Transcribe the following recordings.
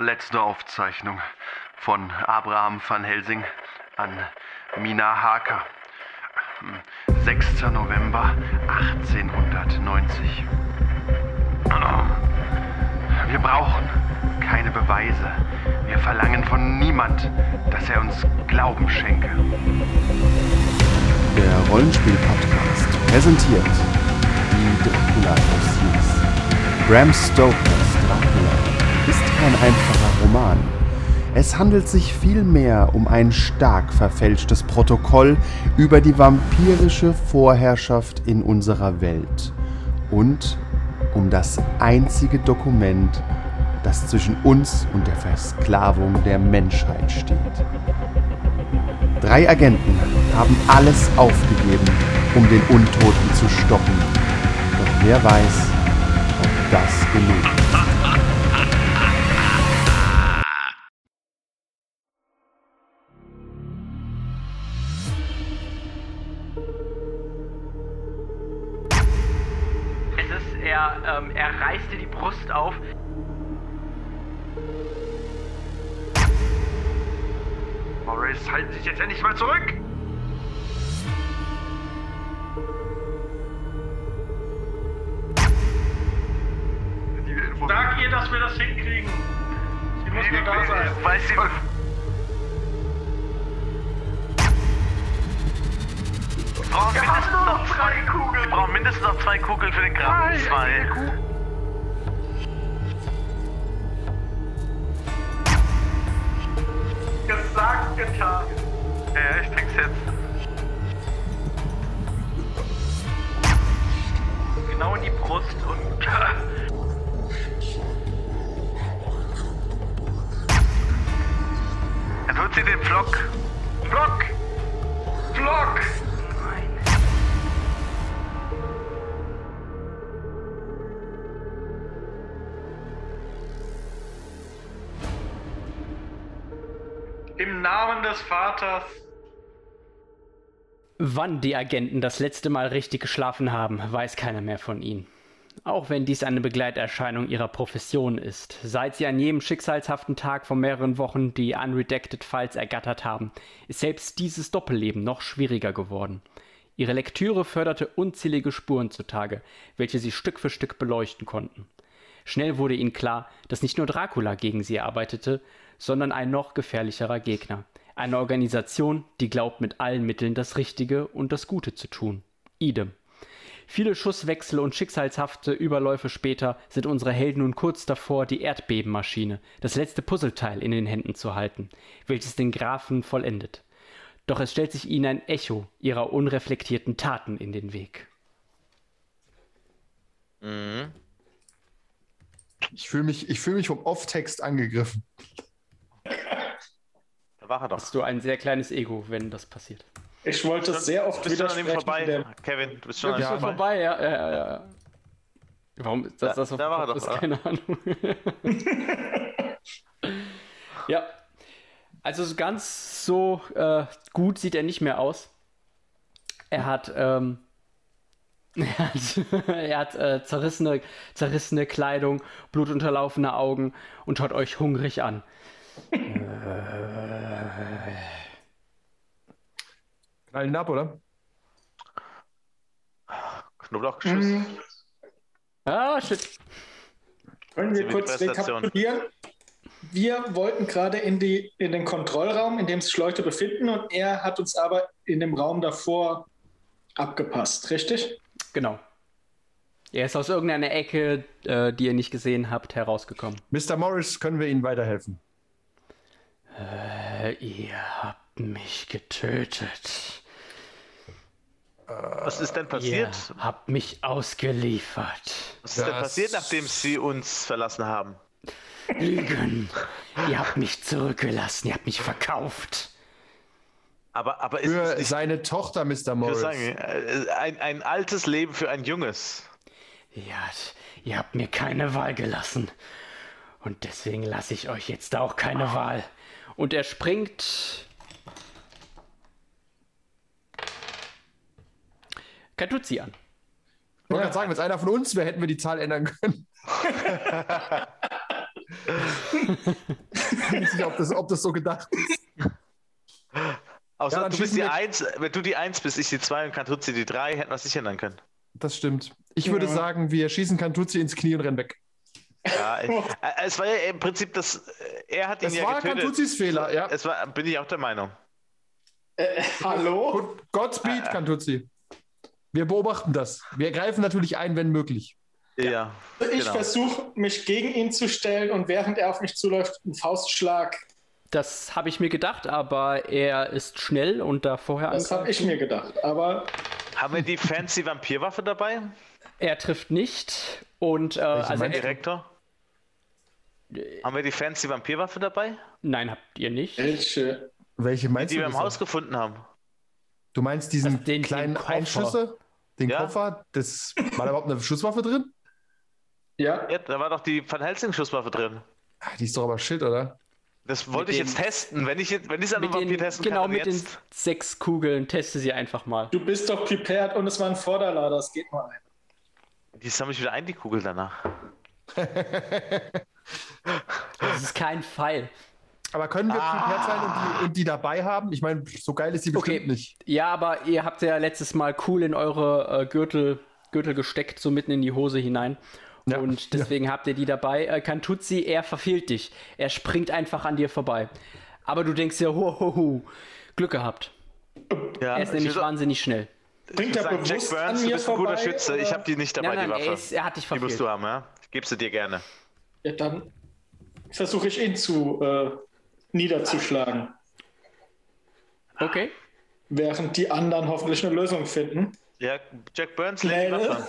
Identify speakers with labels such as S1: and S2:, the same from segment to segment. S1: Letzte Aufzeichnung von Abraham van Helsing an Mina Harker. 6. November 1890. Wir brauchen keine Beweise. Wir verlangen von niemand, dass er uns Glauben schenke.
S2: Der Rollenspiel-Podcast präsentiert die dracula OCs. Bram Stokers Dracula ist kein einfacher Roman. Es handelt sich vielmehr um ein stark verfälschtes Protokoll über die vampirische Vorherrschaft in unserer Welt und um das einzige Dokument, das zwischen uns und der Versklavung der Menschheit steht. Drei Agenten haben alles aufgegeben, um den Untoten zu stoppen. Doch wer weiß, ob das genug ist.
S3: Es ist, er, ähm, er reißt dir die Brust auf.
S4: Maurice, halten Sie sich jetzt endlich mal zurück!
S3: Sag ihr, dass wir das hinkriegen. Sie muss nur da sein.
S4: Weiß sie,
S3: Wir haben nur noch drei Kugeln.
S5: brauchen mindestens noch zwei Kugeln für den Graben. Zwei.
S3: Gesagt, getan.
S5: Ja, ich krieg's jetzt.
S3: Genau in die Brust und.
S5: Dann holt sie den Flock.
S3: Block! Block! Im Namen des Vaters.
S6: Wann die Agenten das letzte Mal richtig geschlafen haben, weiß keiner mehr von ihnen. Auch wenn dies eine Begleiterscheinung ihrer Profession ist, seit sie an jedem schicksalshaften Tag vor mehreren Wochen die Unredacted Files ergattert haben, ist selbst dieses Doppelleben noch schwieriger geworden. Ihre Lektüre förderte unzählige Spuren zutage, welche sie Stück für Stück beleuchten konnten. Schnell wurde ihnen klar, dass nicht nur Dracula gegen sie arbeitete, sondern ein noch gefährlicherer Gegner. Eine Organisation, die glaubt, mit allen Mitteln das Richtige und das Gute zu tun. Idem. Viele Schusswechsel und schicksalshafte Überläufe später sind unsere Helden nun kurz davor, die Erdbebenmaschine, das letzte Puzzleteil in den Händen zu halten, welches den Grafen vollendet. Doch es stellt sich ihnen ein Echo ihrer unreflektierten Taten in den Weg.
S7: Ich fühle mich, ich fühl mich vom Off-Text angegriffen.
S5: Da war er doch.
S6: Hast du ein sehr kleines Ego, wenn das passiert.
S8: Ich wollte es sehr oft
S5: Bist du an ihm
S8: widersprechen.
S5: vorbei?
S8: Der,
S5: Kevin, du bist schon an ihm
S6: Ja,
S5: vorbei.
S6: vorbei, ja, ja, ja. Warum ist das,
S5: Da-
S6: das auf
S5: da war er
S6: Kopf
S5: doch,
S6: ist,
S5: oder?
S6: keine Ahnung. ja. Also so ganz so äh, gut sieht er nicht mehr aus. Er hat, ähm, er hat, er hat äh, zerrissene, zerrissene Kleidung, blutunterlaufene Augen und schaut euch hungrig an.
S7: Knallen ab, oder?
S5: Knoblauchgeschiss.
S6: Ah, shit.
S8: können wir
S5: die
S8: kurz
S5: Prestation.
S8: rekapitulieren? Wir wollten gerade in, die, in den Kontrollraum, in dem sich Leute befinden, und er hat uns aber in dem Raum davor abgepasst, richtig?
S6: Genau. Er ist aus irgendeiner Ecke, äh, die ihr nicht gesehen habt, herausgekommen.
S7: Mr. Morris, können wir Ihnen weiterhelfen?
S6: Ihr habt mich getötet.
S5: Was ist denn passiert?
S6: Ihr habt mich ausgeliefert.
S5: Was ist denn
S7: Das-
S5: passiert, nachdem sie uns verlassen haben?
S6: Lügen. Ihr habt mich zurückgelassen. Ihr habt mich verkauft.
S5: Aber, aber ist es
S7: Für
S5: nicht
S7: seine Tochter, Mr.
S5: ich
S7: Morris.
S5: würde sagen, äh, ein, ein altes Leben für ein junges?
S6: Ja, ihr habt mir keine Wahl gelassen. Und deswegen lasse ich euch jetzt auch keine Wahl. Und er springt. Katuzi an.
S7: ich wollte gerade sagen, wenn es einer von uns wäre, hätten wir die Zahl ändern können. Ich bin nicht sicher, ob das, ob das so gedacht ist.
S5: Außer
S7: Ja, dann
S5: du bist
S7: schießen
S5: die
S7: wir-
S5: 1, wenn du die 1 bist, ich die 2 und Kantuzzi die 3, hätten wir es nicht ändern können.
S7: Das stimmt. Ich würde
S8: Ja.
S7: sagen, wir schießen Kantuzzi ins Knie und rennen weg.
S5: Ja, äh, äh, es war ja im Prinzip das, äh, er hat ihn
S7: Das
S5: ja
S7: war
S5: getötet.
S7: Kantuzis Fehler, ja.
S5: Es war, bin ich auch der Meinung.
S8: Äh, hallo?
S7: Gut,
S5: Ah.
S7: Godspeed, Kantuzzi. Wir beobachten das. Wir greifen natürlich ein, wenn möglich.
S5: Ja.
S8: Also Ich
S5: genau.
S8: versuche, mich gegen ihn zu stellen und während er auf mich zuläuft, einen Faustschlag.
S6: Das habe ich mir gedacht, aber er ist schnell und da vorher
S8: Das
S6: angreifen-
S8: habe ich mir gedacht. Aber
S5: Haben wir die fancy Vampirwaffe dabei?
S6: Er trifft nicht und äh, also
S5: Mein
S6: er, Äh.
S5: Direktor? Haben wir die fancy Vampirwaffe dabei?
S6: nein habt ihr nicht.
S8: welche?
S7: Welche meinst
S5: Die
S7: du?
S5: wir im
S7: das?
S5: Haus gefunden haben.
S7: Du meinst diesen
S6: Also den- den
S7: kleinen
S6: Koffer.
S7: Aufschüsse? Den
S5: Ja.
S7: Koffer? Das, war da überhaupt eine Schusswaffe drin?
S8: Ja,
S5: Ja, da war doch die Van Helsing-Schusswaffe drin.
S7: Ah, Die ist doch aber shit, oder?
S5: Das wollte ich
S6: den-
S5: jetzt testen. Wenn ich jetzt, wenn ich es an einem
S6: Mit
S5: Vampir
S6: den,
S5: testen
S6: genau
S5: kann,
S6: mit
S5: dann
S6: den
S5: jetzt.
S6: sechs Kugeln teste sie einfach mal.
S8: du bist doch prepared und es war ein Vorderlader, das geht nur ein.
S5: Die sammle ich wieder ein, die Kugel danach.
S6: Das ist kein Pfeil.
S7: Aber können wir prepared sein und die, und die dabei haben? Ich meine, so geil ist die
S6: Ah. Okay.
S7: bestimmt nicht.
S6: Ja, aber ihr habt ja letztes Mal cool in eure äh, Gürtel, Gürtel gesteckt, so mitten in die Hose hinein.
S7: Ja.
S6: Und deswegen habt ihr die dabei. Äh, Kantuzzi, er verfehlt dich. Er springt einfach an dir vorbei. Aber du denkst ja, ho, ho, ho. Glück gehabt.
S5: Ja,
S6: Er ist
S5: ich
S6: nämlich
S5: will-
S6: wahnsinnig schnell.
S8: Bringt
S5: Ich
S8: er
S5: sag,
S8: bewusst
S5: Jack
S8: an
S5: Burns,
S8: mir
S5: du bist ein guter
S8: vorbei,
S5: Schütze. Ich
S8: oder?
S5: habe die nicht dabei,
S6: Nein, nein,
S5: die Waffe.
S6: er, ist, er hat dich
S5: die musst
S6: verfehlt.
S5: du haben, ja? Ich gebe sie dir gerne.
S8: Ja, dann versuche ich ihn zu äh, niederzuschlagen,
S6: Okay.
S8: während die anderen hoffentlich eine Lösung finden.
S5: Ja, Jack Burns lehnt die
S8: Nee.
S5: Waffe.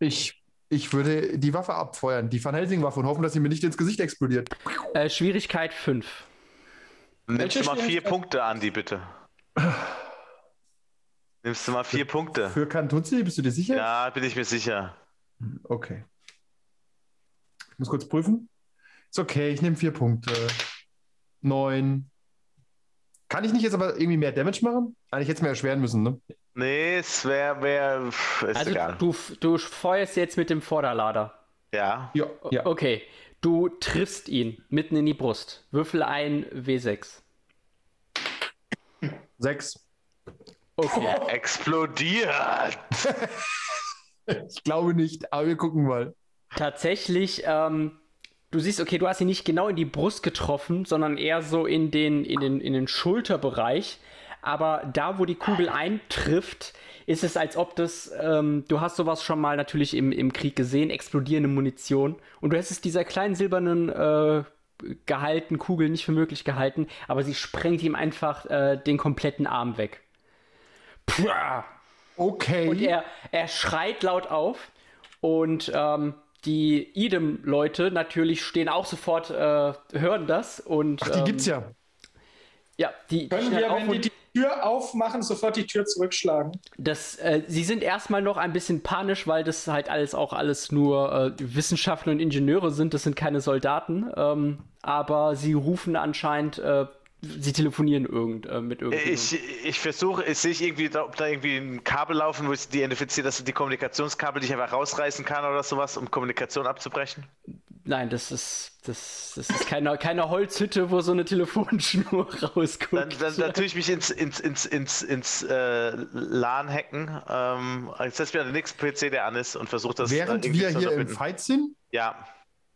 S7: Ich, ich würde die Waffe abfeuern, die Van Helsing-Waffe, und hoffen, dass sie mir nicht ins Gesicht explodiert.
S6: Äh, Schwierigkeit 5.
S5: Nimmst du mal
S8: Welche
S5: vier
S8: Schwierigkeit?
S5: Punkte, Andi, bitte. Nimmst du mal vier Punkte?
S7: Für Kantuzzi, bist du dir sicher?
S5: Ja, bin ich mir sicher.
S7: Okay. Ich muss kurz prüfen. Ist okay, ich nehme vier Punkte. Neun. Kann ich nicht jetzt aber irgendwie mehr Damage machen? Eigentlich hätte es mir erschweren müssen, ne?
S5: Nee, es wäre, wär, pff, ist
S6: Also
S5: egal.
S6: du, f- du feuerst jetzt mit dem Vorderlader.
S5: Ja,
S7: Ja,
S6: O-
S7: ja.
S6: Okay. Du triffst ihn mitten in die Brust. Würfel ein W6.
S7: Sechs.
S6: Okay.
S5: explodiert.
S7: Ich glaube nicht, aber wir gucken mal.
S6: Tatsächlich, ähm, du siehst, okay, du hast ihn nicht genau in die Brust getroffen, sondern eher so in den, in den, in den Schulterbereich. Aber da, wo die Kugel eintrifft, ist es, als ob das, ähm, du hast sowas schon mal natürlich im, im Krieg gesehen, explodierende Munition. Und du hättest es dieser kleinen silbernen äh, gehalten, Kugel nicht für möglich gehalten, aber sie sprengt ihm einfach äh, den kompletten Arm weg. Puh.
S7: Okay.
S6: Und er, er schreit laut auf und ähm, die Idem-Leute natürlich stehen auch sofort, äh, hören das und.
S7: Ach, die
S6: ähm,
S7: gibt's ja.
S6: Ja, die
S8: Können
S6: stehen
S8: wir,
S6: auf
S8: wenn wir
S6: und
S8: die Tür aufmachen, sofort die Tür zurückschlagen?
S6: das, äh, sie sind erstmal noch ein bisschen panisch, weil das halt alles auch alles nur äh, Wissenschaftler und Ingenieure sind, das sind keine Soldaten. Ähm, aber sie rufen anscheinend, äh, sie telefonieren irgend, äh, mit irgendjemandem.
S5: Ich, ich versuche, ich sehe ich irgendwie, da- ob da irgendwie ein Kabel laufen, wo ich die identifiziere, dass die Kommunikationskabel die ich einfach rausreißen kann oder sowas, um Kommunikation abzubrechen.
S6: Nein, das ist, das, das ist keine, keine Holzhütte, wo so eine Telefonschnur rausguckt.
S5: Dann, dann,
S7: halt
S5: dann tue ich mich ins, ins, ins, ins, ins äh, LAN hacken. Ähm, jetzt setze ich mich an den nächsten PC, der an ist, und versuche das. äh,
S7: Während
S5: irgendwie
S7: wir
S5: zu
S7: hier im
S5: unterbinden.
S7: Fight sind,
S5: Ja,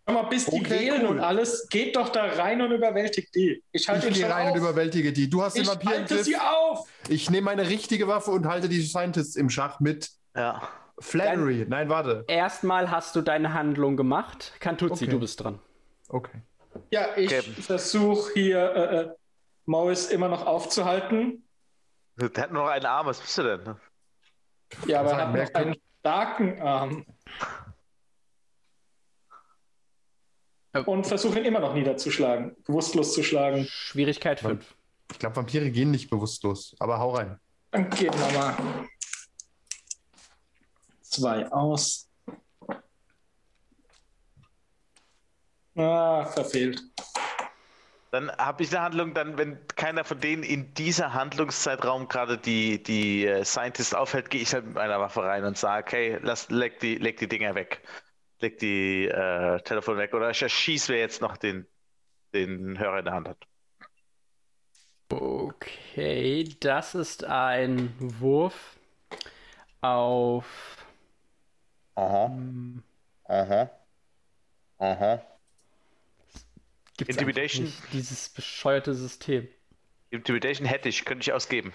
S8: Schau mal, bis die
S7: Okay,
S8: wählen
S7: cool.
S8: und alles, geht doch da rein und überwältigt die. Ich halte
S7: ich
S8: ihn
S7: gehe
S8: schon
S7: rein
S8: auf.
S7: und überwältige die. Du hast den
S8: ich
S7: Vampir im
S8: halte
S7: Griff.
S8: sie auf.
S7: Ich nehme meine richtige Waffe und halte die Scientists im Schach mit
S5: ja.
S7: Flattery. Nein, warte.
S6: Erstmal hast du deine Handlung gemacht. Kantuzzi,
S7: Okay.
S6: du bist dran.
S7: Okay.
S8: Ja, ich
S5: Okay.
S8: versuche hier äh, äh, Morris immer noch aufzuhalten.
S5: Der hat nur noch einen Arm, was bist du denn?
S8: Ja, aber
S7: sagen,
S8: er hat
S7: wer
S8: noch einen starken Arm. Und versuche ihn immer noch niederzuschlagen, bewusstlos zu schlagen.
S6: Schwierigkeit 5.
S7: Ich glaube, Vampire gehen nicht bewusstlos. Aber hau rein.
S8: Dann gehen wir mal. Zwei aus. Ah, verfehlt.
S5: Dann habe ich eine Handlung, dann, wenn keiner von denen in dieser Handlungszeitraum gerade die, die äh, Scientist aufhält, gehe ich halt mit meiner Waffe rein und sage, hey, lass, leg die, leg die Dinger weg. leg die äh, Telefon weg oder ich erschieß, wer jetzt noch den, den Hörer in der Hand hat.
S6: Okay, das ist ein Wurf auf.
S5: Aha,
S6: hm,
S5: aha, aha.
S6: gibt's einfach
S5: Intimidation?
S6: Nicht, dieses bescheuerte System.
S5: Intimidation hätte ich, könnte ich ausgeben.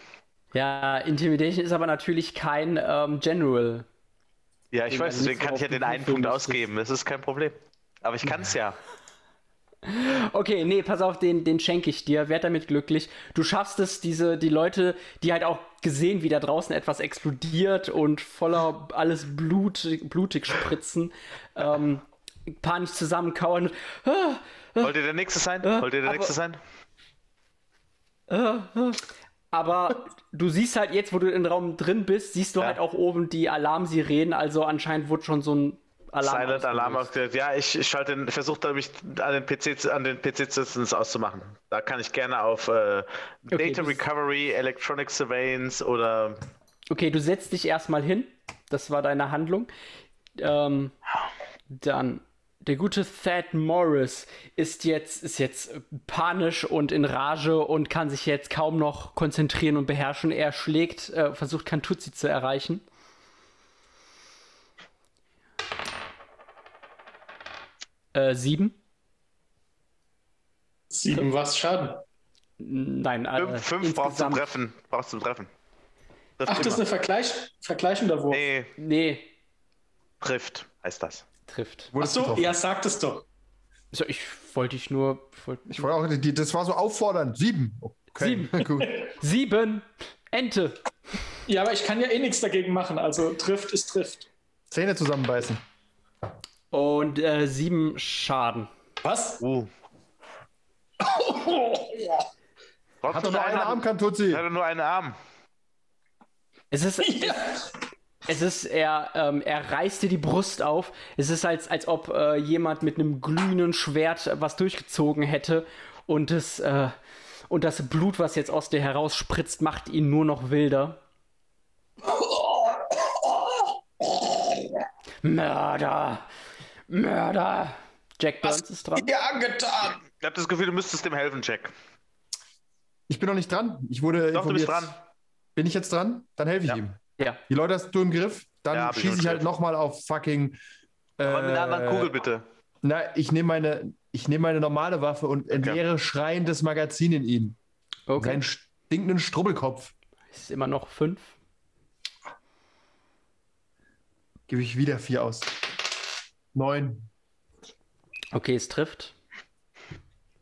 S6: Ja, Intimidation ist aber natürlich kein ähm, General.
S5: Ja, ich
S6: Den
S5: weiß,
S6: dann
S5: deswegen
S6: nicht
S5: kann ich ja
S6: auf die
S5: den einen
S6: Prüfung
S5: Punkt
S6: müsstest.
S5: ausgeben, das ist kein Problem. Aber ich kann es ja.
S6: Okay, nee, pass auf, den, den schenke ich dir. Werd damit glücklich. Du schaffst es, diese, die Leute, die halt auch gesehen, wie da draußen etwas explodiert und voller alles Blut, blutig spritzen, ähm, panisch zusammenkauern. Ah,
S5: Wollt ihr der Nächste sein? Wollt ihr der
S6: aber-
S5: Nächste sein?
S6: Aber du siehst halt jetzt, wo du im Raum drin bist, siehst du
S5: Ja.
S6: halt auch oben die Alarmsirenen. Also anscheinend wurde schon so ein Alarm.
S5: Silent Alarm
S6: ausgelöst.
S5: ausgelöst. Ja, ich, ich schalte den, versuche da mich an den PC zu- an den PC sitzen es auszumachen. Da kann ich gerne auf äh, Data
S6: das-
S5: Recovery, Electronic Surveillance oder
S6: Okay, du setzt dich erstmal hin. Das war deine Handlung. Ähm, dann. Der gute Thad Morris ist jetzt, ist jetzt panisch und in Rage und kann sich jetzt kaum noch konzentrieren und beherrschen. Er schlägt, äh, versucht Kantuzzi zu erreichen. Äh, sieben?
S8: Sieben was Schaden.
S6: Nein, äh,
S5: fünf, fünf brauchst du
S6: insgesamt-
S5: treffen. Brauchst du treffen. Trifft
S8: Ach, das ist ein
S5: immer.
S8: Vergleich, vergleichender Wurf.
S5: Nee,
S6: Nee,
S5: trifft, heißt das.
S6: trifft.
S8: Ach
S7: Wurdest
S8: so,
S7: getroffen.
S8: ja, sagt es doch.
S6: So, ich wollte dich nur. wollte-
S7: Ich wollte auch, die, das war so auffordernd. Sieben. Okay.
S6: Sieben.
S7: Gut.
S6: Sieben! Ente!
S8: Ja, aber ich kann ja eh nichts dagegen machen. Also trifft ist trifft.
S7: Zähne zusammenbeißen.
S6: Und äh, sieben Schaden.
S8: Was? Oh,
S5: Uh. Brauchst
S7: Hat
S5: du
S7: doch nur einen Arm, Kantuzzi.
S5: Hat er nur einen Arm.
S6: Es ist, es ist er, ähm, er reißt dir die Brust auf. Es ist, als, als ob äh, jemand mit einem glühenden Schwert äh, was durchgezogen hätte. Und das, äh, und das Blut, was jetzt aus dir herausspritzt, macht ihn nur noch wilder. Mörder! Mörder! Jack Burns ist dran.
S8: Ja, angetan.
S5: Ich habe das Gefühl, du müsstest dem helfen, Jack.
S7: Ich bin noch nicht dran. Ich wurde
S5: Doch, du bist
S7: informiert.
S5: dran.
S7: Bin ich jetzt dran? Dann helfe ich
S5: Ja.
S7: ihm.
S6: Ja.
S7: Die Leute hast du im Griff. Dann
S5: Ja, hab ich
S7: schieße ich
S5: im
S7: halt
S5: Griff.
S7: nochmal auf fucking. äh,
S5: Aber mit einer anderen Kugel, bitte.
S7: Na, ich nehme meine, ich nehme meine normale Waffe und entleere schreiendes Magazin in ihn.
S6: Okay.
S7: Seinen stinkenden Strubbelkopf
S6: Es ist immer noch fünf.
S7: gebe ich wieder vier aus. Neun.
S6: Okay, es trifft.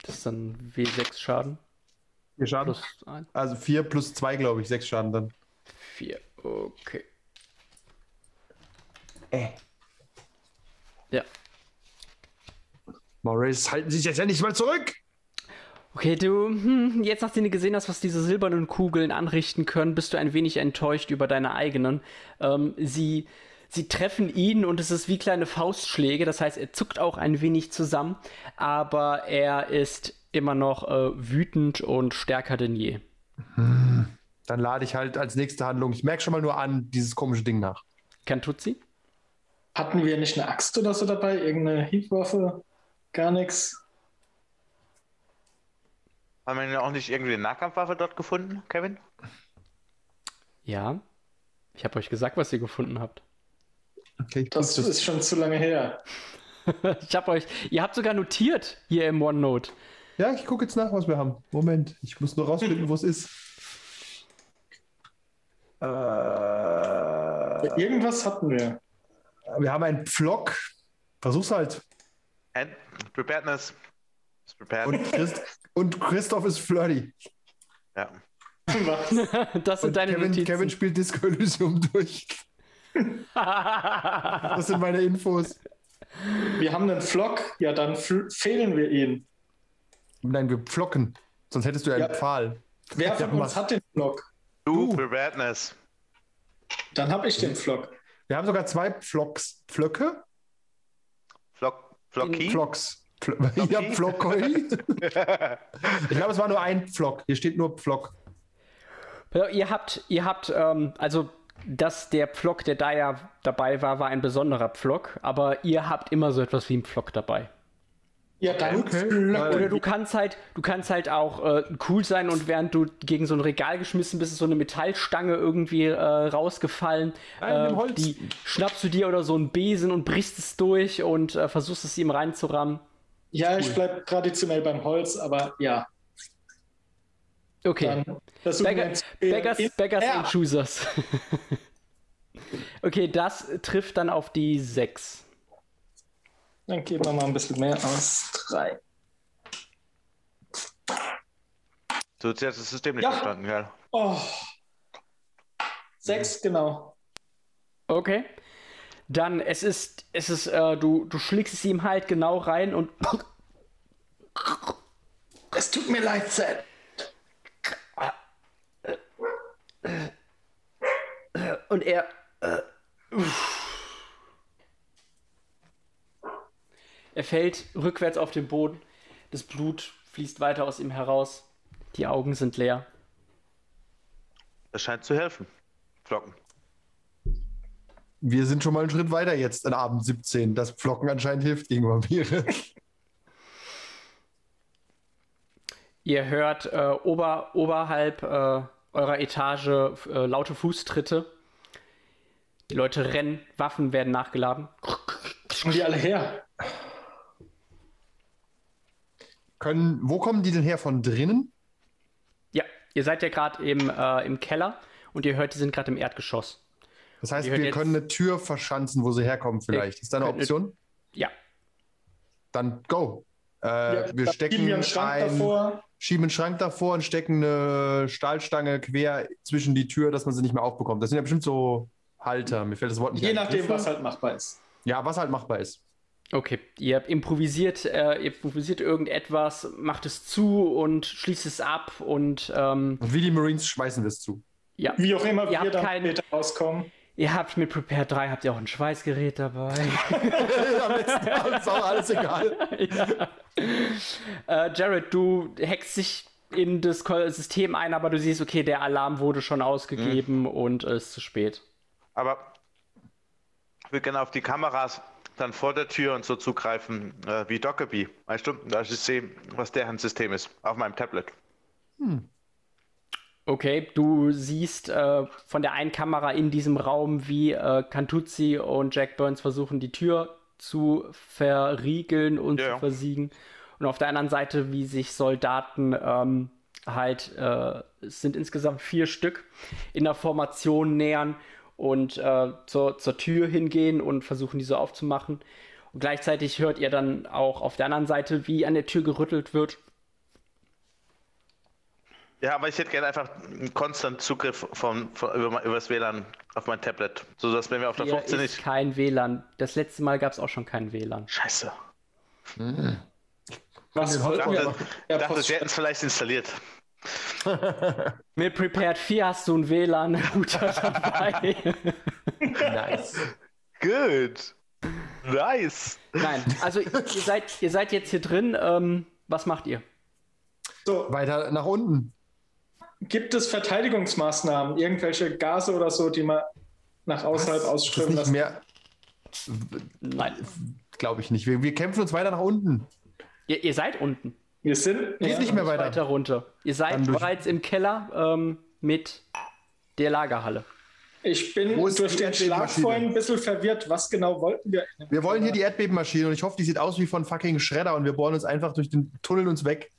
S6: Das ist dann W6 Schaden.
S7: Vier Schaden.
S6: Plus 1,
S7: Also vier plus zwei, glaube ich. Sechs Schaden dann.
S6: 4. Okay. Ja.
S7: Maurice, halten Sie sich jetzt endlich mal zurück!
S6: Okay, du, hm, jetzt nachdem du gesehen hast, was diese silbernen Kugeln anrichten können, bist du ein wenig enttäuscht über deine eigenen. Ähm, sie, sie treffen ihn und es ist wie kleine Faustschläge, das heißt, er zuckt auch ein wenig zusammen, aber er ist immer noch äh, wütend und stärker denn je.
S7: Dann lade ich halt als nächste Handlung, ich merke schon mal nur an, dieses komische Ding nach.
S6: Kantuzzi?
S8: Hatten wir nicht eine Axt oder so dabei? Irgendeine Hiebwaffe? Gar nichts.
S5: Haben wir denn auch nicht irgendwie eine Nahkampfwaffe dort gefunden, Kevin?
S6: Ja. Ich habe euch gesagt, was ihr gefunden habt.
S7: Okay, ich
S8: Das ist schon zu lange her.
S6: Ich habe euch, ihr habt sogar notiert hier im OneNote.
S7: Ja, ich gucke jetzt nach, was wir haben. Moment, ich muss nur rausfinden, wo es ist.
S8: Irgendwas hatten wir.
S7: Wir haben einen Pflock. Versuch's halt.
S5: And Preparedness. Ist prepared.
S7: Und, Christ und Christoph ist flirty.
S5: ja.
S8: Was?
S6: Das sind
S7: Und
S6: deine
S7: Kevin,
S6: Notizen.
S7: Kevin spielt Disco Elysium durch. Das sind meine Infos.
S8: Wir haben einen Flock. Ja, dann fl- fehlen wir ihn.
S7: Nein, wir pflocken. Sonst hättest du ja einen
S8: Ja.
S7: Pfahl.
S8: Wer von
S7: Ja,
S8: uns
S7: mach.
S8: hat den Flock?
S5: Du,
S7: Du.
S5: Preparedness.
S8: Dann habe ich den Flock.
S7: Wir haben sogar zwei Pflocks. Pflöcke?
S5: Flock, Flocky?
S7: Pflocks. Pfl ja, Pflockoi. ich glaube, es war nur ein Pflock. Hier steht nur Pflock.
S6: Ja, Ihr habt, ihr habt, ähm, also dass der Pflock, der da ja dabei war, war ein besonderer Pflock, aber ihr habt immer so etwas wie einen Pflock dabei.
S8: Ja, dann.
S7: Okay.
S6: Oder
S7: Äh,
S6: du kannst halt, du kannst halt auch äh, cool sein und während du gegen so ein Regal geschmissen bist, ist so eine Metallstange irgendwie äh, rausgefallen.
S7: Nein, nimm
S6: äh,
S7: Holz.
S6: Die schnappst du dir oder so einen Besen und brichst es durch und äh, versuchst es ihm reinzurammen.
S8: Ja, ich bleib traditionell beim Holz, aber ja.
S6: Okay.
S8: Dann versuchen wir
S6: Beggar,
S8: jetzt-
S7: äh,
S6: Beggars, Beggars
S8: Ja.
S6: and Choosers. okay, das trifft dann auf die 6.
S8: Dann geben wir mal ein bisschen mehr aus. Drei.
S5: Du hast das System nicht
S8: Ja.
S5: verstanden, ja.
S8: Oh. Sechs, genau.
S6: Okay. Dann, es ist, es ist, äh, du, du schlägst es ihm halt genau rein und
S8: Es tut mir leid, Zed.
S6: Und er. Äh, er fällt rückwärts auf den Boden. Das Blut fließt weiter aus ihm heraus. Die Augen sind leer.
S5: Das scheint zu helfen. Flocken.
S7: Wir sind schon mal einen Schritt weiter jetzt an Abend 17. Das Pflocken anscheinend hilft gegen Vampire.
S6: Ihr hört äh, ober, oberhalb äh, eurer Etage f- äh, laute Fußtritte. Die Leute rennen, Waffen werden nachgeladen.
S8: Kommen die alle her?
S7: Können, wo kommen die denn her? Von drinnen?
S6: Ja, ihr seid ja gerade im, äh, im Keller und ihr hört, die sind gerade im Erdgeschoss.
S7: Das heißt,
S6: Die hören
S7: wir
S6: jetzt-
S7: können eine Tür verschanzen, wo sie herkommen vielleicht. Ist da eine
S6: Könnte-
S7: Option?
S6: Ja,
S7: Dann go. Äh, wir
S8: dann
S7: stecken
S8: schieben wir einen Schrank
S7: ein,
S8: davor.
S7: schieben einen Schrank davor und stecken eine Stahlstange quer zwischen die Tür, dass man sie nicht mehr aufbekommt. Das sind ja bestimmt so Halter. Mir fällt das Wort nicht
S8: Je
S7: ein.
S8: nachdem,
S7: Griffe?
S8: was halt machbar ist.
S7: Ja, was halt machbar ist.
S6: Okay, ihr improvisiert, äh, ihr improvisiert irgendetwas, macht es zu und schließt es ab und ähm,
S7: Und wie die Marines schmeißen wir es zu.
S6: ja,
S8: Wie auch immer
S6: Ihr
S8: wir
S6: habt
S8: da
S6: keinen-
S8: später rauskommen.
S6: ihr habt mit Prepare 3 habt ihr auch ein Schweißgerät dabei.
S7: Am letzten Abend ist auch alles egal.
S6: ja. äh, Jared, du hackst dich in das Ko- System ein, aber du siehst, okay, der Alarm wurde schon ausgegeben und es ist zu spät.
S5: Aber ich würde gerne auf die Kameras dann vor der Tür und so zugreifen, äh, wie Dockerby. Weißt du, dass ich sehe, was deren System ist, auf meinem Tablet.
S6: Okay, du siehst äh, von der einen Kamera in diesem Raum, wie äh, Cantuzzi und Jack Burns versuchen, die Tür zu verriegeln und
S5: Ja,
S6: zu
S5: ja.
S6: versiegen. Und auf der anderen Seite, wie sich Soldaten ähm, halt, äh, es sind insgesamt vier Stück, in der Formation nähern und äh, zur, zur Tür hingehen und versuchen, diese aufzumachen. Und gleichzeitig hört ihr dann auch auf der anderen Seite, wie an der Tür gerüttelt wird.
S5: Ja, aber ich hätte gerne einfach einen konstant Zugriff von, von, über, mein- über das WLAN auf mein Tablet. So dass wenn wir auf der
S6: Hier
S5: 15
S6: ist
S5: nicht.
S6: kein WLAN. Das letzte Mal gab es auch schon kein WLAN.
S5: Scheiße.
S8: Was
S5: Ich
S8: wollten wir
S5: dachte,
S8: machen?
S5: ich
S8: Ja,
S5: dachte
S8: Post-
S5: sie hätten es vielleicht installiert.
S6: Mit Prepared 4 hast du ein WLAN router dabei.
S5: Good. Nice.
S6: Nein, also ihr seid, ihr seid jetzt hier drin. Ähm, was macht ihr?
S8: So,
S7: Weiter nach unten.
S8: gibt es Verteidigungsmaßnahmen, irgendwelche Gase oder so, die man nach außerhalb
S7: Ist das
S8: halt ausströmen
S7: nicht
S8: lassen?
S7: mehr,
S6: Nein,
S7: glaube ich nicht. Wir, wir kämpfen uns weiter nach unten.
S6: ihr, ihr seid unten.
S8: Wir sind
S7: Geht nicht mehr weiter.
S6: Weiter runter. Ihr
S7: Dann
S6: seid
S7: durch-
S6: bereits im Keller ähm, mit der Lagerhalle.
S8: Ich bin
S7: Wo ist
S8: durch
S7: die
S8: den Schlag
S7: Erdbebenmaschine?
S8: vorhin ein bisschen verwirrt. Was genau wollten wir?
S7: Wir wollen hier die Erdbebenmaschine und ich hoffe, die sieht aus wie von fucking Shredder und wir bohren uns einfach durch den Tunnel uns weg.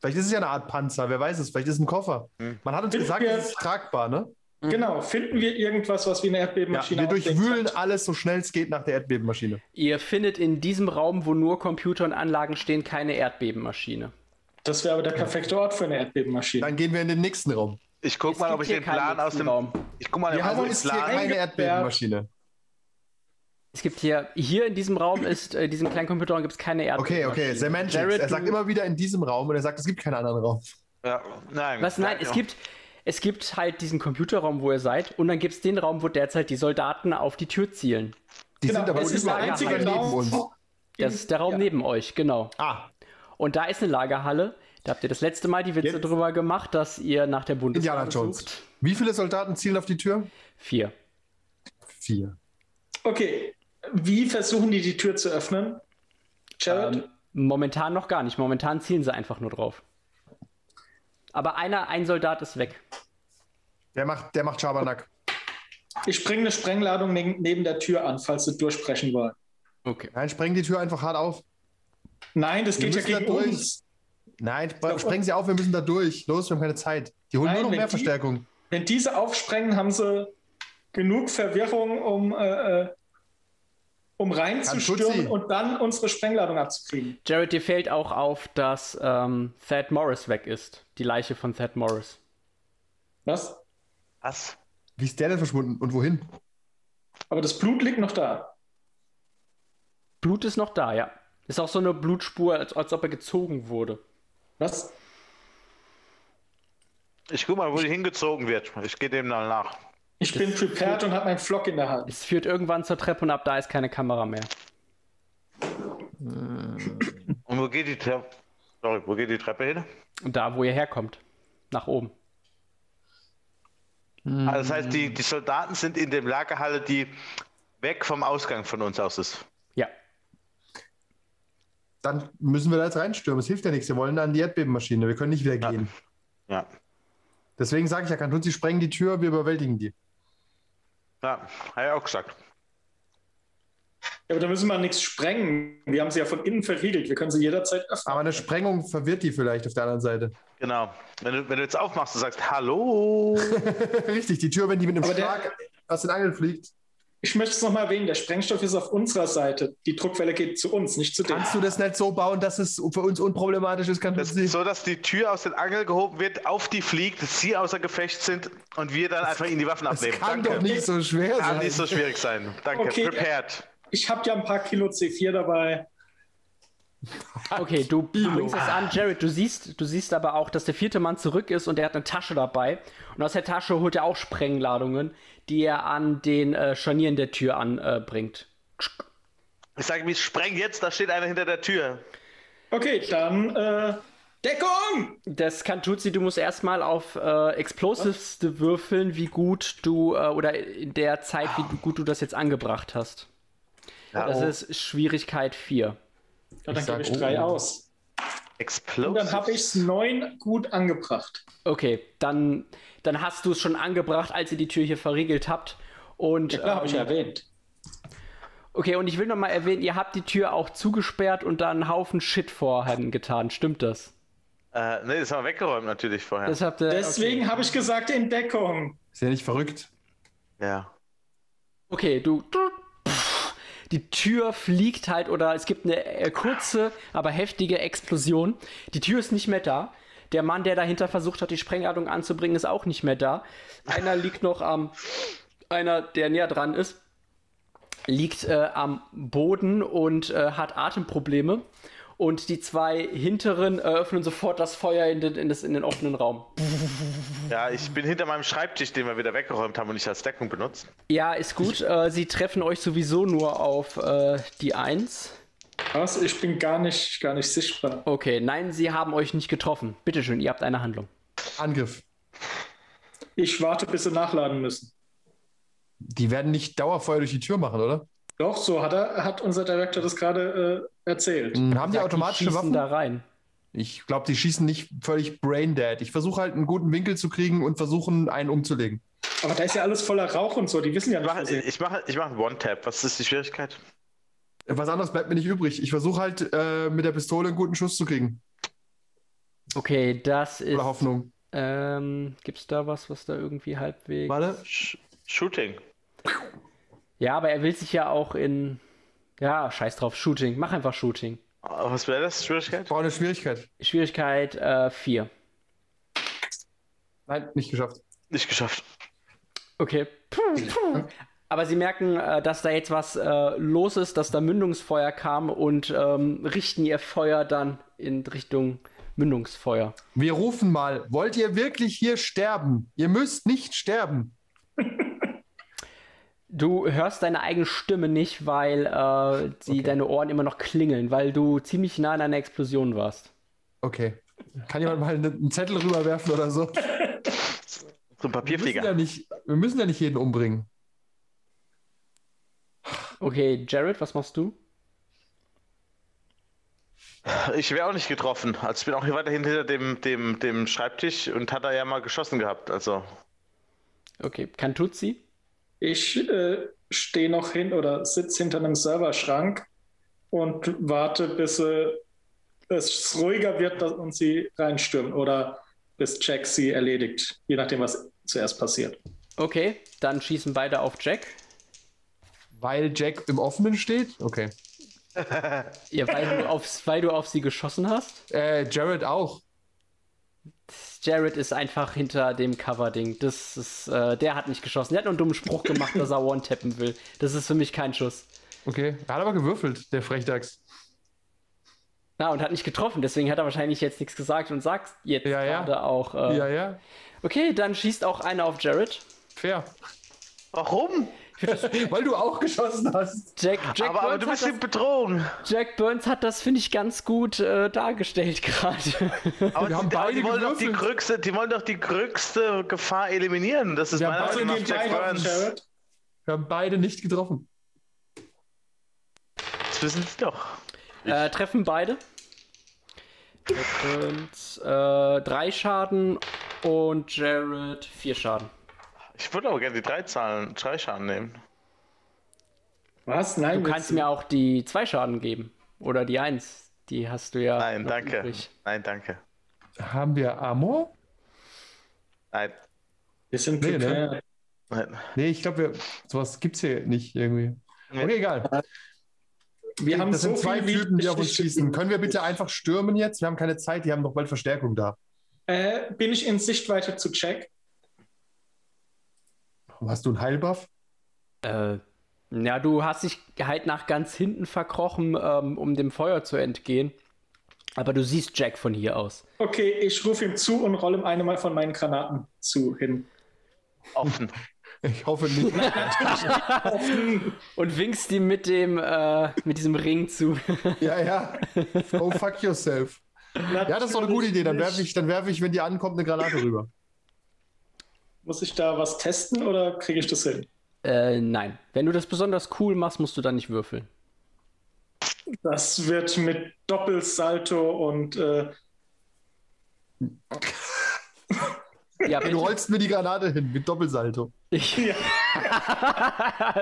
S7: Vielleicht ist es ja eine Art Panzer, wer weiß es. Vielleicht ist es ein Koffer.
S8: Hm.
S7: Man hat uns
S8: Finden
S7: gesagt,
S8: wir-
S7: es ist tragbar, ne?
S8: Genau, finden wir irgendwas, was wie eine
S7: Ja,
S8: Erdbebenmaschine
S7: wir
S8: aussehen
S7: durchwühlen
S8: kann?
S7: alles so schnell es geht nach der Erdbebenmaschine.
S6: Ihr findet in diesem Raum, wo nur Computer und Anlagen stehen, keine Erdbebenmaschine.
S8: Das wäre aber der perfekte Ort für eine Erdbebenmaschine.
S7: Dann gehen wir in den nächsten Raum.
S5: Ich guck
S6: Es
S5: mal,
S6: gibt
S5: ob ich
S6: hier
S5: den
S6: keinen
S5: Plan aus dem.
S6: Raum.
S5: Ich guck mal,
S7: Wir haben
S5: ob
S8: Also
S5: ich
S7: uns
S5: den
S7: hier
S5: Plan.
S7: keine Erdbebenmaschine.
S6: Es gibt hier, hier in diesem Raum ist, äh, diesem kleinen Computer gibt es keine
S7: Okay,
S6: Erdbebenmaschine.
S7: okay, Semantics.
S6: Jared,
S7: er sagt
S6: du-
S7: immer wieder in diesem Raum und er sagt, es gibt keinen anderen Raum.
S5: Ja, nein.
S6: Was? Nein,
S5: Ja,
S6: es
S5: ja.
S6: gibt, es gibt halt diesen Computerraum, wo ihr seid, und dann gibt es den Raum, wo derzeit die Soldaten auf die Tür zielen.
S7: Die
S8: Genau,
S7: sind aber
S8: es ist der
S7: überall
S8: einzige
S7: neben
S8: Raum.
S7: uns.
S6: Das ist der Raum neben euch, genau.
S7: Ah,
S6: Und da ist eine Lagerhalle. Da habt ihr das letzte Mal die Witze
S7: Jetzt-
S6: drüber gemacht, dass ihr nach der Bundeswehr
S7: Indiana Jones.
S6: sucht.
S7: Wie viele Soldaten zielen auf die Tür?
S6: Vier.
S7: Vier.
S8: Okay. Wie versuchen die, die Tür zu öffnen? Jared?
S6: Ähm, momentan noch gar nicht. Momentan zielen sie einfach nur drauf. Aber einer, ein Soldat ist weg.
S7: Der macht, der macht Schabernack.
S8: Ich springe eine Sprengladung neg- neben der Tür an, falls sie durchbrechen wollen.
S6: Okay.
S7: Nein, spreng die Tür einfach hart auf.
S8: Nein, das
S7: Wir
S8: geht ja
S7: müssen da
S8: gegen
S7: durch.
S8: uns.
S7: Nein, spre- sprengen sie auf, wir müssen da durch. Los, wir haben keine Zeit. Die holen
S8: Nein,
S7: nur noch
S8: wenn
S7: mehr
S8: die-
S7: Verstärkung.
S8: Wenn diese aufsprengen, haben sie genug Verwirrung, um, äh, äh, um
S7: Tutsi.
S8: reinzustürmen und dann unsere Sprengladung abzukriegen.
S6: Jared, dir fällt auch auf, dass ähm, Thad Morris weg ist. Die Leiche von Thad Morris.
S8: Was?
S5: Was?
S7: Wie ist der denn verschwunden und wohin?
S8: Aber das Blut liegt noch da.
S6: Blut ist noch da, ja. Ist auch so eine Blutspur, als, als ob er gezogen wurde.
S8: Was?
S5: Ich guck mal, wo die hingezogen wird. Ich gehe dem mal nach.
S8: Ich bin prepared und habe meinen Flock in der Hand.
S6: Es führt irgendwann zur Treppe und ab da ist keine Kamera mehr.
S5: Und wo geht die Treppe? Sorry, wo geht die Treppe hin?
S6: Und da, wo ihr herkommt. Nach oben.
S7: Mhm.
S5: Ah, das heißt, die, die Soldaten sind in der Lagerhalle, die weg vom Ausgang von uns aus ist.
S6: Ja.
S7: Dann müssen wir da jetzt reinstürmen. Es hilft ja nichts. Wir wollen an die Erdbebenmaschine. Wir können nicht wieder gehen.
S5: Ja.
S7: Deswegen sage ich ja, Kantun, sie sprengen die Tür, wir überwältigen die.
S5: Ja, habe ich auch gesagt.
S8: Ja, aber da müssen wir nichts sprengen. Wir haben sie ja von innen verriegelt. Wir können sie jederzeit öffnen.
S7: Aber eine Sprengung verwirrt die vielleicht auf der anderen Seite.
S5: Genau. Wenn du, wenn du jetzt aufmachst und sagst, hallo.
S7: Richtig, die Tür, wenn die mit einem
S8: Aber der-
S7: Schlag aus den Angeln fliegt,
S8: Ich möchte es nochmal erwähnen, der Sprengstoff ist auf unserer Seite. Die Druckwelle geht zu uns, nicht zu denen.
S7: kannst du das nicht so bauen, dass es für uns unproblematisch ist, Kantun?
S5: Das
S7: Sie?
S5: ist so, dass die Tür aus den Angeln gehoben wird, auf die fliegt, dass sie außer Gefecht sind und wir dann einfach ihnen die Waffen
S7: Das
S5: abnehmen.
S7: kann
S5: Danke.
S7: doch nicht so schwer
S5: Kann
S7: sein.
S5: nicht so schwierig sein. Danke.
S8: Okay.
S5: Prepared.
S8: Ich habe ja ein paar Kilo C4 dabei.
S6: Okay, du bringst es an, Jared. Du siehst, du siehst aber auch, dass der vierte Mann zurück ist und er hat eine Tasche dabei. Und aus der Tasche holt er auch Sprengladungen, die er an den äh, Scharnieren der Tür anbringt.
S5: Ich sage mir, spreng jetzt, da steht einer hinter der Tür.
S8: Okay, dann äh, Deckung!
S6: Das kann Tutsi, du musst erstmal auf äh, Explosives würfeln, wie gut du äh, oder in der Zeit, wie gut du das jetzt angebracht hast. Das ist Schwierigkeit 4.
S8: Ja, dann
S7: sag,
S8: gebe ich
S7: oh,
S8: drei
S7: oh.
S8: aus. Und dann
S5: Explosive.
S8: habe ich es neun gut angebracht.
S6: Okay, dann, dann hast du es schon angebracht, als ihr die Tür hier verriegelt habt. Und,
S8: Ja, klar, habe ich ja
S6: ähm,
S8: erwähnt.
S6: okay, und ich will nochmal erwähnen, ihr habt die Tür auch zugesperrt und da einen Haufen Shit vorhanden getan. Stimmt das?
S5: Äh, nee, das haben wir weggeräumt natürlich vorher.
S6: Das habt ihr.
S8: Deswegen habe ich gesagt, in Deckung.
S7: Ist ja nicht verrückt.
S5: ja.
S6: Okay, du. pff, Die Tür fliegt halt oder es gibt eine äh, kurze, aber heftige Explosion. Die Tür ist nicht mehr da. Der Mann, der dahinter versucht hat, die Sprengladung anzubringen, ist auch nicht mehr da. Einer liegt noch am. Einer, der näher dran ist, liegt äh, am Boden und äh, hat Atemprobleme. Und die zwei hinteren eröffnen sofort das Feuer in den, in das, in den offenen Raum.
S5: ja, ich bin hinter meinem Schreibtisch, den wir wieder weggeräumt haben und nicht als Deckung benutzt.
S6: Ja, ist gut. Äh, sie treffen euch sowieso nur auf äh, die Eins.
S8: Was? Ich bin gar nicht, gar nicht sichtbar.
S6: Okay, nein, sie haben euch nicht getroffen. Bitteschön, ihr habt eine Handlung.
S7: Angriff.
S8: Ich warte, bis sie nachladen müssen.
S7: Die werden nicht Dauerfeuer durch die Tür machen, oder?
S8: Doch, so hat, er, hat unser Director das gerade äh, erzählt.
S7: Haben die
S6: Sagt,
S7: automatische
S6: schießen
S7: Waffen?
S6: da rein.
S7: Ich glaube, die schießen nicht völlig braindead. Ich versuche halt einen guten Winkel zu kriegen und versuchen, einen umzulegen.
S8: Aber da ist ja alles voller Rauch und so, die wissen ja
S5: Ich
S8: nicht,
S5: mache
S8: was sie-
S5: ich mach, ich mach einen One-Tap. Was ist die Schwierigkeit?
S7: Was anderes bleibt mir nicht übrig. Ich versuche halt äh, mit der Pistole einen guten Schuss zu kriegen.
S6: Okay, das ist.
S7: Oder Hoffnung.
S6: Ähm, gibt's da was, was da irgendwie halbwegs.
S7: Warte.
S5: Sh Shooting.
S6: Ja, aber er will sich ja auch in. Ja, scheiß drauf, Shooting. Mach einfach Shooting.
S5: Äh, Was wäre das? Schwierigkeit?
S7: Ich brauche eine Schwierigkeit.
S6: Schwierigkeit äh, 4.
S7: Nein, nicht geschafft.
S5: Nicht geschafft.
S6: okay. Puh, puh. Aber sie merken, äh, dass da jetzt was äh, los ist, dass da Mündungsfeuer kam und ähm, richten ihr Feuer dann in Richtung Mündungsfeuer.
S7: Wir rufen mal. Wollt ihr wirklich hier sterben? Ihr müsst nicht sterben.
S6: Du hörst deine eigene Stimme nicht, weil äh, die, deine Ohren immer noch klingeln, weil du ziemlich nah an einer Explosion warst.
S7: Okay. Kann jemand mal ne- einen Zettel rüberwerfen oder so?
S5: So ein
S7: Wir müssen,
S5: Papierflieger.
S7: ja nicht, wir müssen ja nicht jeden umbringen.
S6: Okay, Jared, was machst du?
S5: Ich wäre auch nicht getroffen. Also ich bin auch hier weiterhin hinter dem, dem, dem Schreibtisch und hat er ja mal geschossen gehabt. Also
S6: Okay, Kantuzzi?
S8: Ich äh, stehe noch hin oder sitze hinter einem Serverschrank und warte, bis äh, es ruhiger wird dass- und sie reinstürmen oder bis Jack sie erledigt, je nachdem, was zuerst passiert.
S6: Okay, dann schießen beide auf Jack.
S7: Weil Jack im Offenen steht? Okay.
S6: Ja, weil, du aufs, weil du auf sie geschossen hast.
S7: Äh, Jared auch.
S6: Jared ist einfach hinter dem Cover-Ding. Das ist, äh, der hat nicht geschossen. Der hat nur einen dummen Spruch gemacht, dass er one-tappen will. Das ist für mich kein Schuss.
S7: Okay. Er hat aber gewürfelt, der Frechdachs.
S6: Na, und hat nicht getroffen, deswegen hat er wahrscheinlich jetzt nichts gesagt und sagt jetzt
S7: Ja, ja.
S6: gerade auch. Äh,
S7: Ja, ja.
S6: Okay, dann schießt auch einer auf Jared.
S7: Fair.
S5: warum?
S7: Weil du auch geschossen hast.
S6: Jack, Jack,
S5: aber, aber
S6: Burns,
S5: du bist in
S6: hat
S5: Bedrohung.
S6: das, Jack Burns hat das, finde ich, ganz gut äh, dargestellt gerade.
S5: Aber
S7: Wir haben
S5: die, aber die
S7: beide
S5: wollen doch die
S7: gewürfelt.
S5: größte, die wollen doch die größte Gefahr eliminieren. Das ist
S7: Wir
S5: meiner
S7: haben
S5: Meinung
S7: beide
S5: nach Jack Burns.
S8: Jared.
S7: Wir haben beide nicht getroffen.
S5: Das wissen sie doch.
S6: Äh, treffen beide. Jack Burns, äh, drei Schaden und Jared vier Schaden.
S5: Ich würde aber gerne die drei Zahlen, drei Schaden nehmen.
S8: Was? Nein,
S6: Du kannst
S8: willst-
S6: mir auch die zwei Schaden geben. Oder die eins. Die hast du ja.
S5: Nein,
S6: noch
S5: danke.
S6: übrig.
S5: Nein, danke.
S7: Haben wir Amor?
S5: Nein,
S8: wir sind
S7: Nee, ne?
S8: prepared.
S5: nein.
S7: Nee, ich glaube, wir- sowas gibt's hier nicht irgendwie.
S5: Nee.
S7: Okay, egal.
S8: Wir haben
S7: das
S8: so
S7: sind zwei
S8: viel wie
S7: Typen, die auf uns
S8: Geschichte-
S7: schießen. Können wir bitte einfach stürmen jetzt? Wir haben keine Zeit, die haben noch bald Verstärkung da.
S8: Äh, bin ich in Sichtweite zu Jack?
S7: Warum hast du einen Heilbuff?
S6: Äh, ja, du hast dich halt nach ganz hinten verkrochen, ähm, um dem Feuer zu entgehen. Aber du siehst Jack von hier aus.
S8: Okay, ich rufe ihm zu und rolle ihm eine mal von meinen Granaten zu hin.
S5: Offen.
S7: Ich hoffe nicht.
S6: Und winkst ihm mit dem, äh, mit diesem Ring zu.
S7: ja, ja. Oh, fuck yourself. Ja, das ist doch eine gute Idee. Dann werfe ich, dann werfe ich, wenn die ankommt, eine Granate rüber.
S8: Muss ich da was testen oder kriege ich das hin?
S6: äh, nein. Wenn du das besonders cool machst, musst du dann nicht würfeln.
S8: Das wird mit Doppelsalto und äh,
S6: Ja,
S7: Du rollst mir die Granate hin mit Doppelsalto.
S6: ich.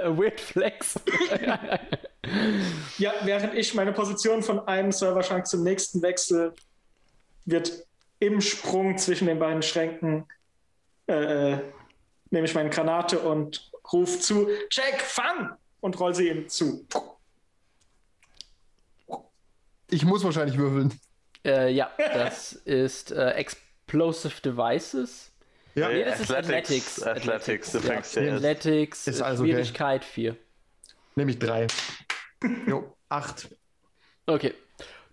S6: Weird Flex.
S8: ja, während ich meine Position von einem Serverschrank zum nächsten wechsle, wird im Sprung zwischen den beiden Schränken äh, äh, nehme ich meine Granate und rufe zu Jack, fang! und roll sie ihm zu.
S7: Ich muss wahrscheinlich würfeln.
S6: äh, ja, das ist äh, Explosive Devices.
S7: Ja.
S6: Nee, das ist
S5: Athletics.
S6: Athletics.
S5: Athletics. Du fängst
S6: ja.
S5: ja erst.
S6: Athletics.
S7: Ist
S6: äh,
S7: also okay.
S6: Schwierigkeit 4.
S7: Nämlich drei. Jo, acht.
S6: Okay.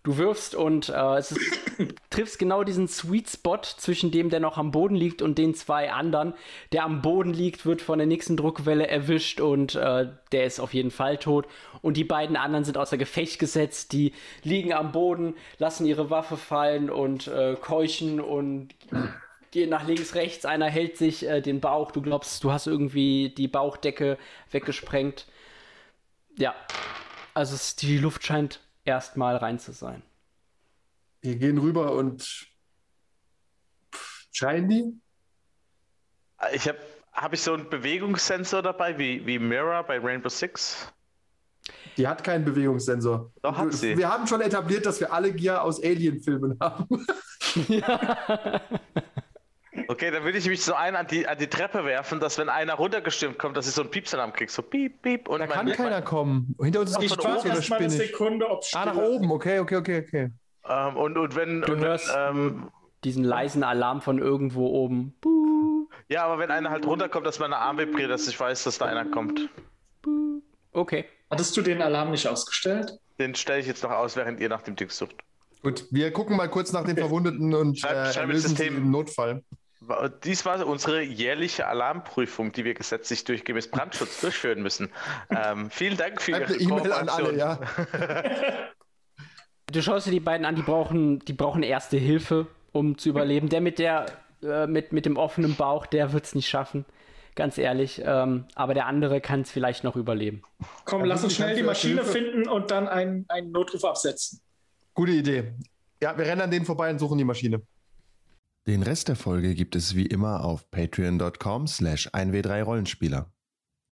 S6: Du wirfst und äh, es ist, triffst genau diesen Sweet Spot zwischen dem, der noch am Boden liegt, und den zwei anderen. Der am Boden liegt, wird von der nächsten Druckwelle erwischt und äh, der ist auf jeden Fall tot. Und die beiden anderen sind außer Gefecht gesetzt. Die liegen am Boden, lassen ihre Waffe fallen und äh, keuchen und gehen nach links, rechts. Einer hält sich äh, den Bauch. Du glaubst, du hast irgendwie die Bauchdecke weggesprengt. Ja, also es, die Luft scheint erstmal rein zu sein.
S7: Wir gehen rüber und Pff, schreien die.
S5: Ich habe hab ich so einen Bewegungssensor dabei, wie, wie Mirror bei Rainbow Six?
S7: Die hat keinen Bewegungssensor.
S5: Doch, hat
S7: wir,
S5: sie.
S7: wir haben schon etabliert, dass wir alle Gier aus Alien-Filmen haben.
S5: Okay, dann würde ich mich so einen an die, an die Treppe werfen, dass wenn einer runtergestürmt kommt, dass ich so einen Piepsalarm krieg. So piep, piep. Und
S7: Da
S5: mein-
S7: kann
S5: mein-
S7: keiner kommen. Hinter uns ist
S8: Ich
S7: nicht
S5: von
S8: warte
S5: oben
S7: oder
S8: erst mal eine
S7: spinne ich.
S8: Sekunde, ob
S7: Ah, nach
S8: Stille-
S7: oben. Okay, okay, okay, okay.
S5: Ähm, und, und wenn.
S6: Du
S5: und,
S6: hörst-
S5: Ähm,
S6: Diesen leisen Alarm von irgendwo oben. Buh.
S5: ja, aber wenn einer halt runterkommt, dass meine Arm vibriert, dass ich weiß, dass da einer kommt.
S6: Okay.
S8: Hattest du den Alarm nicht ausgestellt?
S5: Den stelle ich jetzt noch aus, während ihr nach dem Ding sucht.
S7: Gut, wir gucken mal kurz nach den Verwundeten und
S5: Schreib-
S7: äh,
S5: schreib ins
S7: lösen sie
S5: System.
S7: im Notfall.
S5: Wa- Dies war unsere jährliche Alarmprüfung, die wir gesetzlich durch gemäß Brandschutz durchführen müssen. Ähm, vielen Dank für
S7: Schreibt
S5: Ihre
S7: eine E-Mail an alle,
S5: Kooperation.
S7: ja.
S6: Du schaust dir die beiden an, die brauchen, die brauchen erste Hilfe um zu überleben. Der mit der, äh, mit, mit dem offenen Bauch, der wird es nicht schaffen. Ganz ehrlich. Ähm, aber der andere kann es vielleicht noch überleben.
S8: Komm,
S7: Dann
S8: lass uns
S7: rufen
S8: schnell
S7: kannst
S8: die
S7: du
S8: Maschine
S7: Hilfe.
S8: finden und dann einen, einen Notruf absetzen.
S7: Gute Idee. Ja, wir rennen an denen vorbei und suchen die Maschine.
S9: Den Rest der Folge gibt es wie immer auf patreon.com slash 1w3rollenspieler.